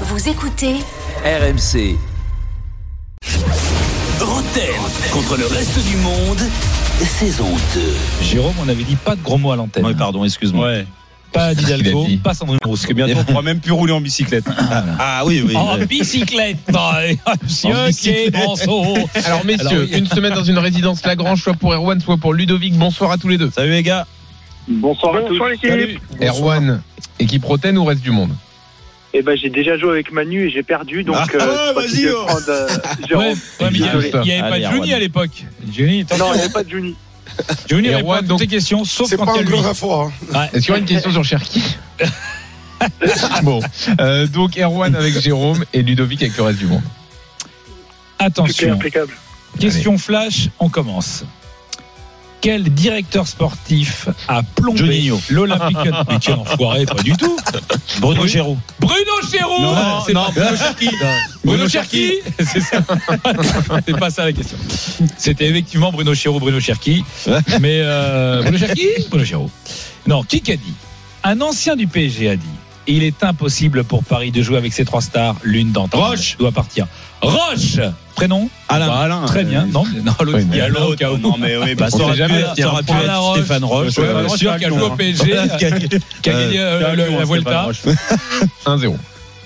Vous écoutez RMC. Rotten contre le reste du monde, saison 2. Jérôme, on avait dit pas de gros mots à l'antenne. Oui, pardon, excuse-moi. Ouais. Pas Il d'Hidalgo, a dit. pas Sandrine Rousseau. Parce que bientôt, on pourra même plus rouler en bicyclette. Ah, oui, oui. En bicyclette, oh, monsieur En bicyclette. Clémenceau. Alors messieurs, Alors, oui. une semaine dans une résidence Lagrange, soit pour Erwan, soit pour Ludovic. Bonsoir à tous les deux. Salut les gars. Bonsoir à tous. Salut. Erwan, équipe Roten ou reste du monde Eh ben j'ai déjà joué avec Manu et j'ai perdu donc. Ah, euh, ah, je vas-y, vais oh. prendre, euh, Jérôme. Ouais, ouais, mais il n'y avait, Désolé. il y avait pas Allez, de Johnny Erwan. à l'époque. Johnny, Non, il n'y avait pas de Juni. Johnny Erwan, répond à toutes donc- tes questions, sauf C'est quand pas il y a un lui. grand effort. hein. Est-ce qu'il y aura une question sur Cherki Bon, euh, donc Erwan avec Jérôme et Ludovic avec le reste du monde. C'était Attention. impeccable. Question flash, on commence. Quel directeur sportif a plombé Johnnyho. l'Olympique Mais quel enfoiré, pas du tout. Bruno Oui. Géraud. Bruno Chéreau Non, C'est non, pas Bruno Cherki Bruno Cherki C'est ça. C'est pas ça la question. C'était effectivement Bruno Chéreau, Bruno Cherki. Mais euh, Bruno Cherki Bruno Chéreau. Non, qui qu'a dit Un ancien du PSG a dit Il est impossible pour Paris de jouer avec ces trois stars. L'une d'entre elles Roche. doit partir. Roche Prénom Alain. Bah, Très bien. Non, non l'autre, oui, il y a l'autre. au cas où. Non, mais oui, bah, On ça sait aurait pu jamais, être- il y a ça un aurait pu point à être la Roche. Stéphane Roche. euh, Je suis vraiment sûr qu'il a joué au PSG, hein. Qui euh, qui a gagné euh, le- la Vuelta. 1-0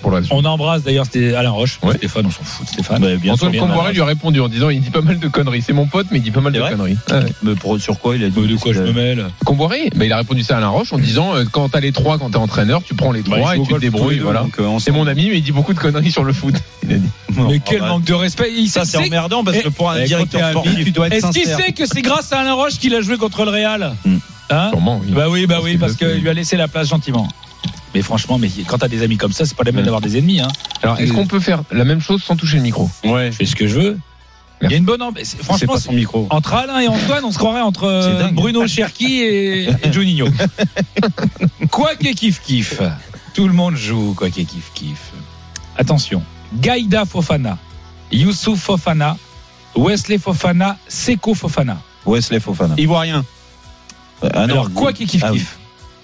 pour le reste du monde. On embrasse d'ailleurs c'était Alain Roche. Ouais. Stéphane, on s'en fout de Stéphane. bien sûr, Antoine bien Comboiré lui a répondu en disant il dit pas mal de conneries. C'est mon pote, mais il dit pas mal C'est de vrai conneries. Ah Ouais. Mais pour- sur quoi il a dit Mais Bah, de quoi je me mêle Comboiré, bah, il a répondu ça à Alain Roche en disant euh, quand t'as les trois, quand t'es entraîneur, tu prends les Bah, il trois et joue au tu golf te tous les débrouilles. deux, Voilà. donc, euh, on C'est s'en- mon ami, mais il dit beaucoup de conneries sur le foot. Il a dit. Non, Mais bah, quel bah, manque de respect. Il Ça, sait- c'est emmerdant parce Eh, que pour un eh, quand directeur t'es ami, sportif, tu dois être Est-ce qu'il sincère. sait que c'est grâce à Alain Roche qu'il a joué contre le Real Hmm. Hein Sûrement, oui. Bah oui, bah Parce oui, qu'il parce le fait. qu'il lui a laissé la place gentiment. Mais franchement, mais quand t'as des amis comme ça, c'est pas la même Ouais. d'avoir des ennemis. Hein. Alors, est-ce qu'on peut faire la même chose sans toucher le micro Ouais. Je fais ce que je veux. Il y a une bonne ambiance. C'est Franchement, pas son micro. entre Alain et Antoine, on se croirait entre C'est euh, dingue. Bruno Cherki et, et Juninho. quoi qu'il kiffe kiffe, tout le monde joue quoi qu'il kiffe kiffe. Attention, Gaïda Fofana, Youssouf Fofana, Wesley Fofana, Seko Fofana. Wesley Fofana. Ivoirien. Ah non, Alors quoi qu'il kiffe Ah oui. kiffe.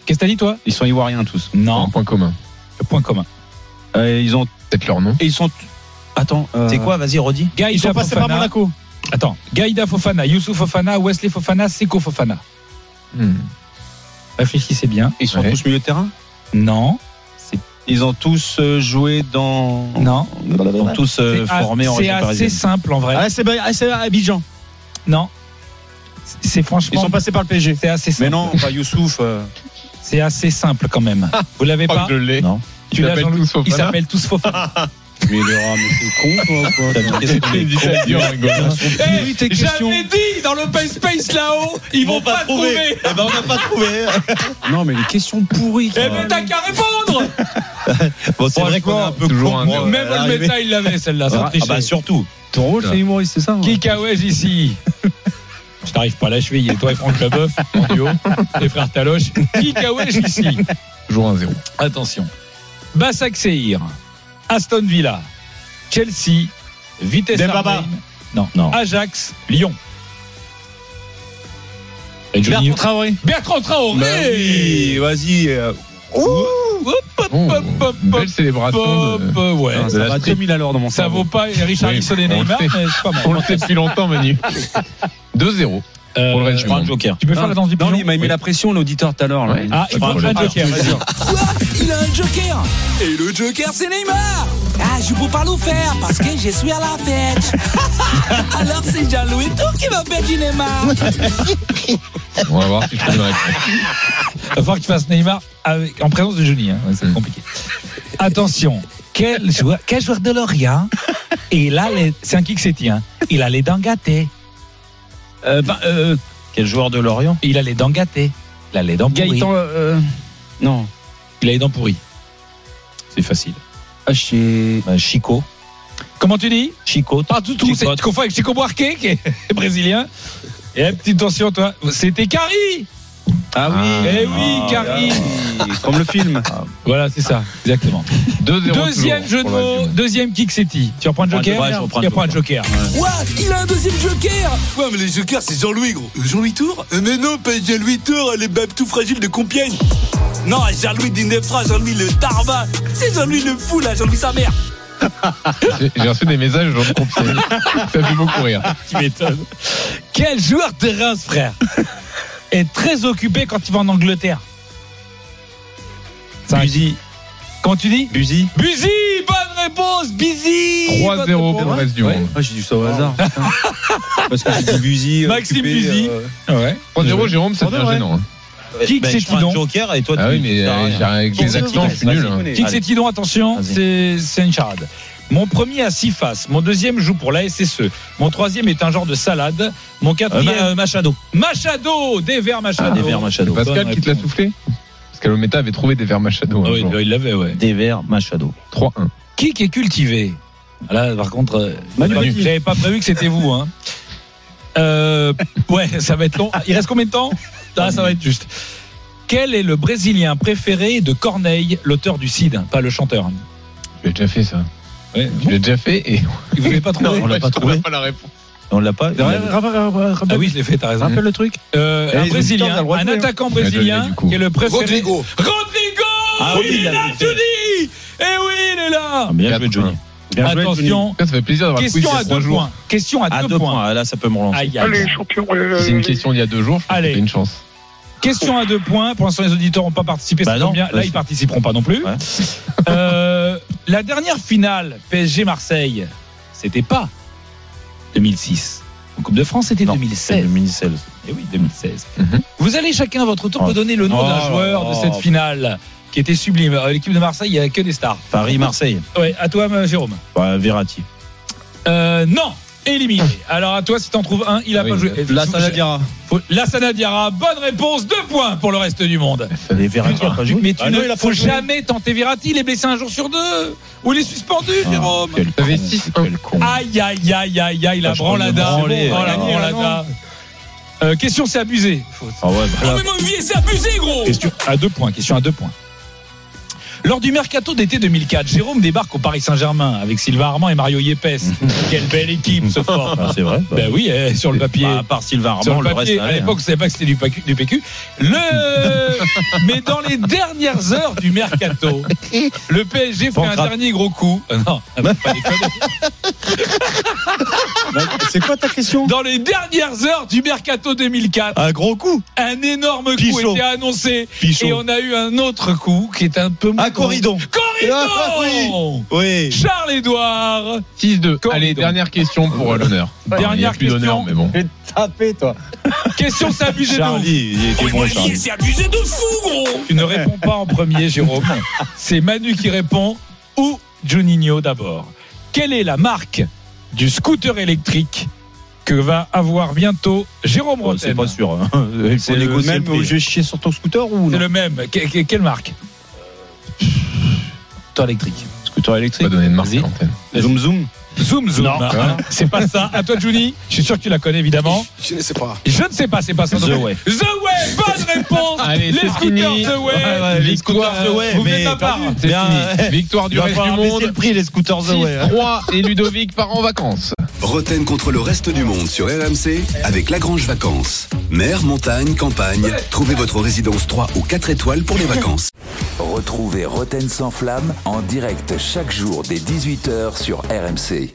Qu'est-ce que t'as dit toi Ils sont ivoiriens tous. Un Non, point commun. point commun. Euh, Ils ont. Peut-être leur nom. Ils sont. Attends. euh, C'est C'est quoi Vas-y, redis. Gaïda Fofana. Attends, Gaïda Fofana, Youssouf Fofana, Wesley Fofana, Seko Fofana. Hmm. Réfléchissez bien. Ils sont Ouais. tous milieu de terrain Non, Ils ont tous euh, joué dans. non. Ils ont tous euh, C'est a- formés en C'est région assez parisienne. simple en vrai. Ah, c'est Abidjan. Non. C'est franchement. passés par le PSG. C'est assez Mais simple. non, Ah. pas Youssouf. euh, C'est assez simple quand même. Vous Oh, l'avez pas l'ai. Non. Tu Ils l'as, s'appellent Jean-Louis tous Fofana Ils s'appellent tous Fofana. Mais il aura, mais c'est con, toi, quoi. T'as mis- Il dit ça, il dit en rigolant. Eh, tes questions. dit dans l'open space là-haut, ils vont pas trouver. Eh ben, on n'a pas trouvé. Non, mais les questions pourries. Eh ben t'as qu'à répondre. Bon, c'est vrai qu'on est un peu toujours con. un moi, Même à l'arrivée. Olmeta il l'avait celle-là. Sans Ah, tricher. bah, surtout. Ton rôle, c'est humoriste, c'est ça hein Qui cahouège ici Je t'arrive pas à la cheville. Et toi et Franck Leboeuf, en duo, les frères Taloche. Qui cahouège ici Toujours un 0 Attention. Basak Seir, Aston Villa, Chelsea, Vitesse Dembaba. Arnhem, non, Non. Ajax, Lyon. Et Johnny- Bertrand Traoré. Bertrand Traoré. Bah Oui, vas-y. euh, Ouh, hop, hop, Oh, hop, hop, belle hop, Bah célébration. hop, de- euh, ouais. putain, de Ça la va street. 2000 à l'heure dans mon Ça cerveau. vaut pas Richard Oui, Lisson et on le Neymar, sait. mais c'est pas mal. On le sait depuis longtemps, Manu. 2-0. Euh, pour le reste Je prends un joker. Tu peux faire la danse du Hein Non, pigeon mais il m'a mis la pression, l'auditeur, tout à l'heure. là. Ouais. Ah, il Je prends prend un joker, vas-y. Quoi Il a un joker Et le joker, c'est Neymar Ah, je peux pas le faire parce que je suis à la fête Alors c'est Jean-Louis tout qui va faire du Neymar On va voir si je trouve une réponse. Il va falloir qu'il fasse Neymar avec- en présence de Johnny. hein. Ouais, c'est Mm. compliqué. Attention, quel joueur, quel joueur de Lorient Et là, c'est un kick c'est hein. Il a les dents gâtées. Euh, bah, euh, Quel joueur de Lorient Il a les dents gâtées. Il a les dents pourries. Gaëtan. euh, Non. Il a les dents pourries. C'est facile. Ah, chez. Bah, Chico. Comment tu dis Chico. Pas du tout. Chicote. c'est- Tu confonds avec Chico Buarque, qui est brésilien. Et petite tension, toi. C'était Carrie. Ah oui. eh oui, Carrie. Comme le film. Voilà, c'est ça, exactement. 2-0. Deuxième jeu de toujours pour le reste mots, du monde. deuxième kick City. Tu reprends le Ouais, joker ouais, je reprends le Tu reprends le joker. What Il a un deuxième joker Ouais, mais le Euh, joker, c'est Jean-Louis, gros. Jean-Louis Tour Mais non, pas Jean-Louis Tour, les babes tout fragiles de Compiègne Non, Jean-Louis Dinefra, Jean-Louis le tarba. C'est Jean-Louis le fou, là, Jean-Louis sa mère. J'ai j'ai reçu des messages genre pompier. Ça fait beaucoup rire. Tu m'étonnes. Quel joueur de Reims, frère, est très occupé quand il va en Angleterre Buzy. Comment tu dis Buzy Buzy Bonne réponse Buzy 3-0 Bonne pour le réponse. reste du monde. Ah, j'ai dit ça au hasard. putain. Parce que j'ai dit Buzy. euh, Maxime occupé, Buzy. euh, Ouais. 3-0 Jérôme, ça devient gênant. hein. Qui que ben, je c'est prends un Tidon Joker et toi, Ah tu- oui, mais tu as euh, rien. j'ai- avec les accents, je suis nul. hein. Qui que c'est Tidon Attention, Vas-y. c'est c'est une charade. Mon premier a six faces. Mon deuxième joue pour la SSE. Mon troisième est un genre de salade. Mon quatrième. Euh, Ma- euh, Machado. Machado Des vers Machado. Des verres Machado. Pascal qui te l'a réponse. soufflé Pascal Ometa avait trouvé des verres Machado. hein, Ah un oui, jour. il l'avait, ouais. Des verres Machado. 3-1. Qui qui est cultivé Là, par contre, euh, Manu j'avais- Petit. j'avais pas prévu que c'était vous. Hein. Euh, ouais, ça va être long. Il reste combien de temps Ah, Ça va être juste. Quel est le Brésilien préféré de Corneille, l'auteur du Cid, pas le chanteur hein. Tu l'as déjà fait ça. Ouais. Tu l'as déjà fait et Vous l'avez pas trouvé on l'a pas je trouvé. trouve pas la réponse. On l'a pas. Ouais, Ah oui, je l'ai fait, t'as raison. le truc. Euh, Eh, un les auditeurs, on a Brésilien, le droit de un jouer, hein. attaquant Ouais, je l'ai, brésilien du coup. qui est le préféré. Rodrigo. Rodrigo Ah oui, Il il a l'avait tout fait. dit Eh oui, il est là Ah, Bien joué, Quatre, Johnny. Bien joué, Johnny. Attention, Ça fait plaisir d'avoir quiz il y question a à 3 deux jours. points. Question à, À deux, deux points. points. Ah, Là, ça peut me relancer. Aïe, aïe. Allez, champion. Euh, Euh, C'est une question d'il y a 2 jours. Allez. Allez. une chance. Question à deux points. Pour l'instant, les auditeurs n'ont pas participé. Bah ça non. tombe bien. Là, Ouais. ils participeront pas non plus. Ouais. Euh, la dernière finale PSG Marseille, c'était pas 2006. En Coupe de France, c'était Non, 2016. Le Minicels. Eh oui, 2016. Mhm. Vous allez chacun à votre tour me Oh. donner le nom Oh, d'un joueur de oh. cette finale qui était sublime. Euh, L'équipe de Marseille, il n'y a que des stars. Paris, Marseille. Ouais, à toi, euh, Jérôme. Bah, Verratti. Euh, non, éliminé. Ah. Alors à toi, si t'en trouves un, il a Ah pas oui, joué. Eh, mais- je- faut- Lassana Diarra, bonne réponse, deux points pour le reste du monde. Les Verratti ont pas joué. Mais tu Ah, ne non, il a pas faut joué. jamais tenter Verratti, il est blessé un jour sur deux. Ou il est suspendu, Ah, Jérôme. quel Ça fait con, 6-1. Quel con. Aïe, aïe, aïe, aïe, aïe, la Ah, je crois que branlada. je vais me branler. Oh, la Ah, branlada. Euh, question, c'est abusé. Ah ouais, bah Oh, là, mais mon vieil, c'est abusé, gros. Question à deux points. Question à deux points. Lors du mercato d'été 2004, Jérôme débarque au Paris Saint-Germain avec Sylvain Armand et Mario Yepes. Quelle belle équipe, ce fort. bah, c'est vrai. bah. Ben oui, eh, sur le papier. Bah, à part Sylvain Sur Armand, le le reste, papier, à allez, hein. l'époque, on savait pas que c'était du, PQ du PQ. Le... Mais dans les dernières heures du mercato, le PSG fait un Pancrate. dernier gros coup. Euh, Non, faut pas déconner. C'est quoi ta question dans les dernières heures du mercato 2004, Un gros coup. un énorme coup Pichot. était annoncé et Pichot. on a eu un autre coup qui est un peu moins Un gros. corridon. Ah, Corridon Oui. Charles Édouard. 6-2. Corridon. Allez, dernière question pour euh, l'honneur. Enfin, il y a Dernière plus d'honneur, question. mais bon. Tapé, toi. Question s'abuser de ouf. Charlie, il Oh, était mais bon, mon vieil, Charlie. c'est abusé de fou, gros. Tu ne réponds pas en premier, Jérôme. C'est Manu qui répond ou Juninho d'abord. Quelle est la marque du scooter électrique que va avoir bientôt Jérôme Oh, C'est Rotten pas sûr. hein. Il faut C'est le négocier le même où prix. je vais chier sur ton scooter ou C'est non le même. Que- que- quelle marque Scooter électrique. Scooter Pas électrique. donné de marque Vas-y. hein. à l'antenne. Zoom zoom. Hein Zoom zoom. Non. Ah, C'est pas ça. À toi, Juni. Je suis sûr que tu la connais évidemment. Je ne sais pas. Je ne sais pas. C'est pas ça. The non plus. Way. The Way. Bonne réponse. Allez, les c'est scooters fini. The Way. Ouais, ouais, les Victoire, scooters The Way, vous venez mais de ma part. perdu. C'est Bien, fini. ouais. Victoire du Il va reste du falloir baisser monde. le prix, les scooters The Way. hein. 6-3 et Ludovic part en vacances. Bretagne contre le reste du monde sur RMC avec Lagrange Vacances. Mer, montagne, campagne, trouvez votre résidence 3 ou 4 étoiles pour les vacances. Retrouvez Roten sans flamme en direct chaque jour dès 18h sur RMC.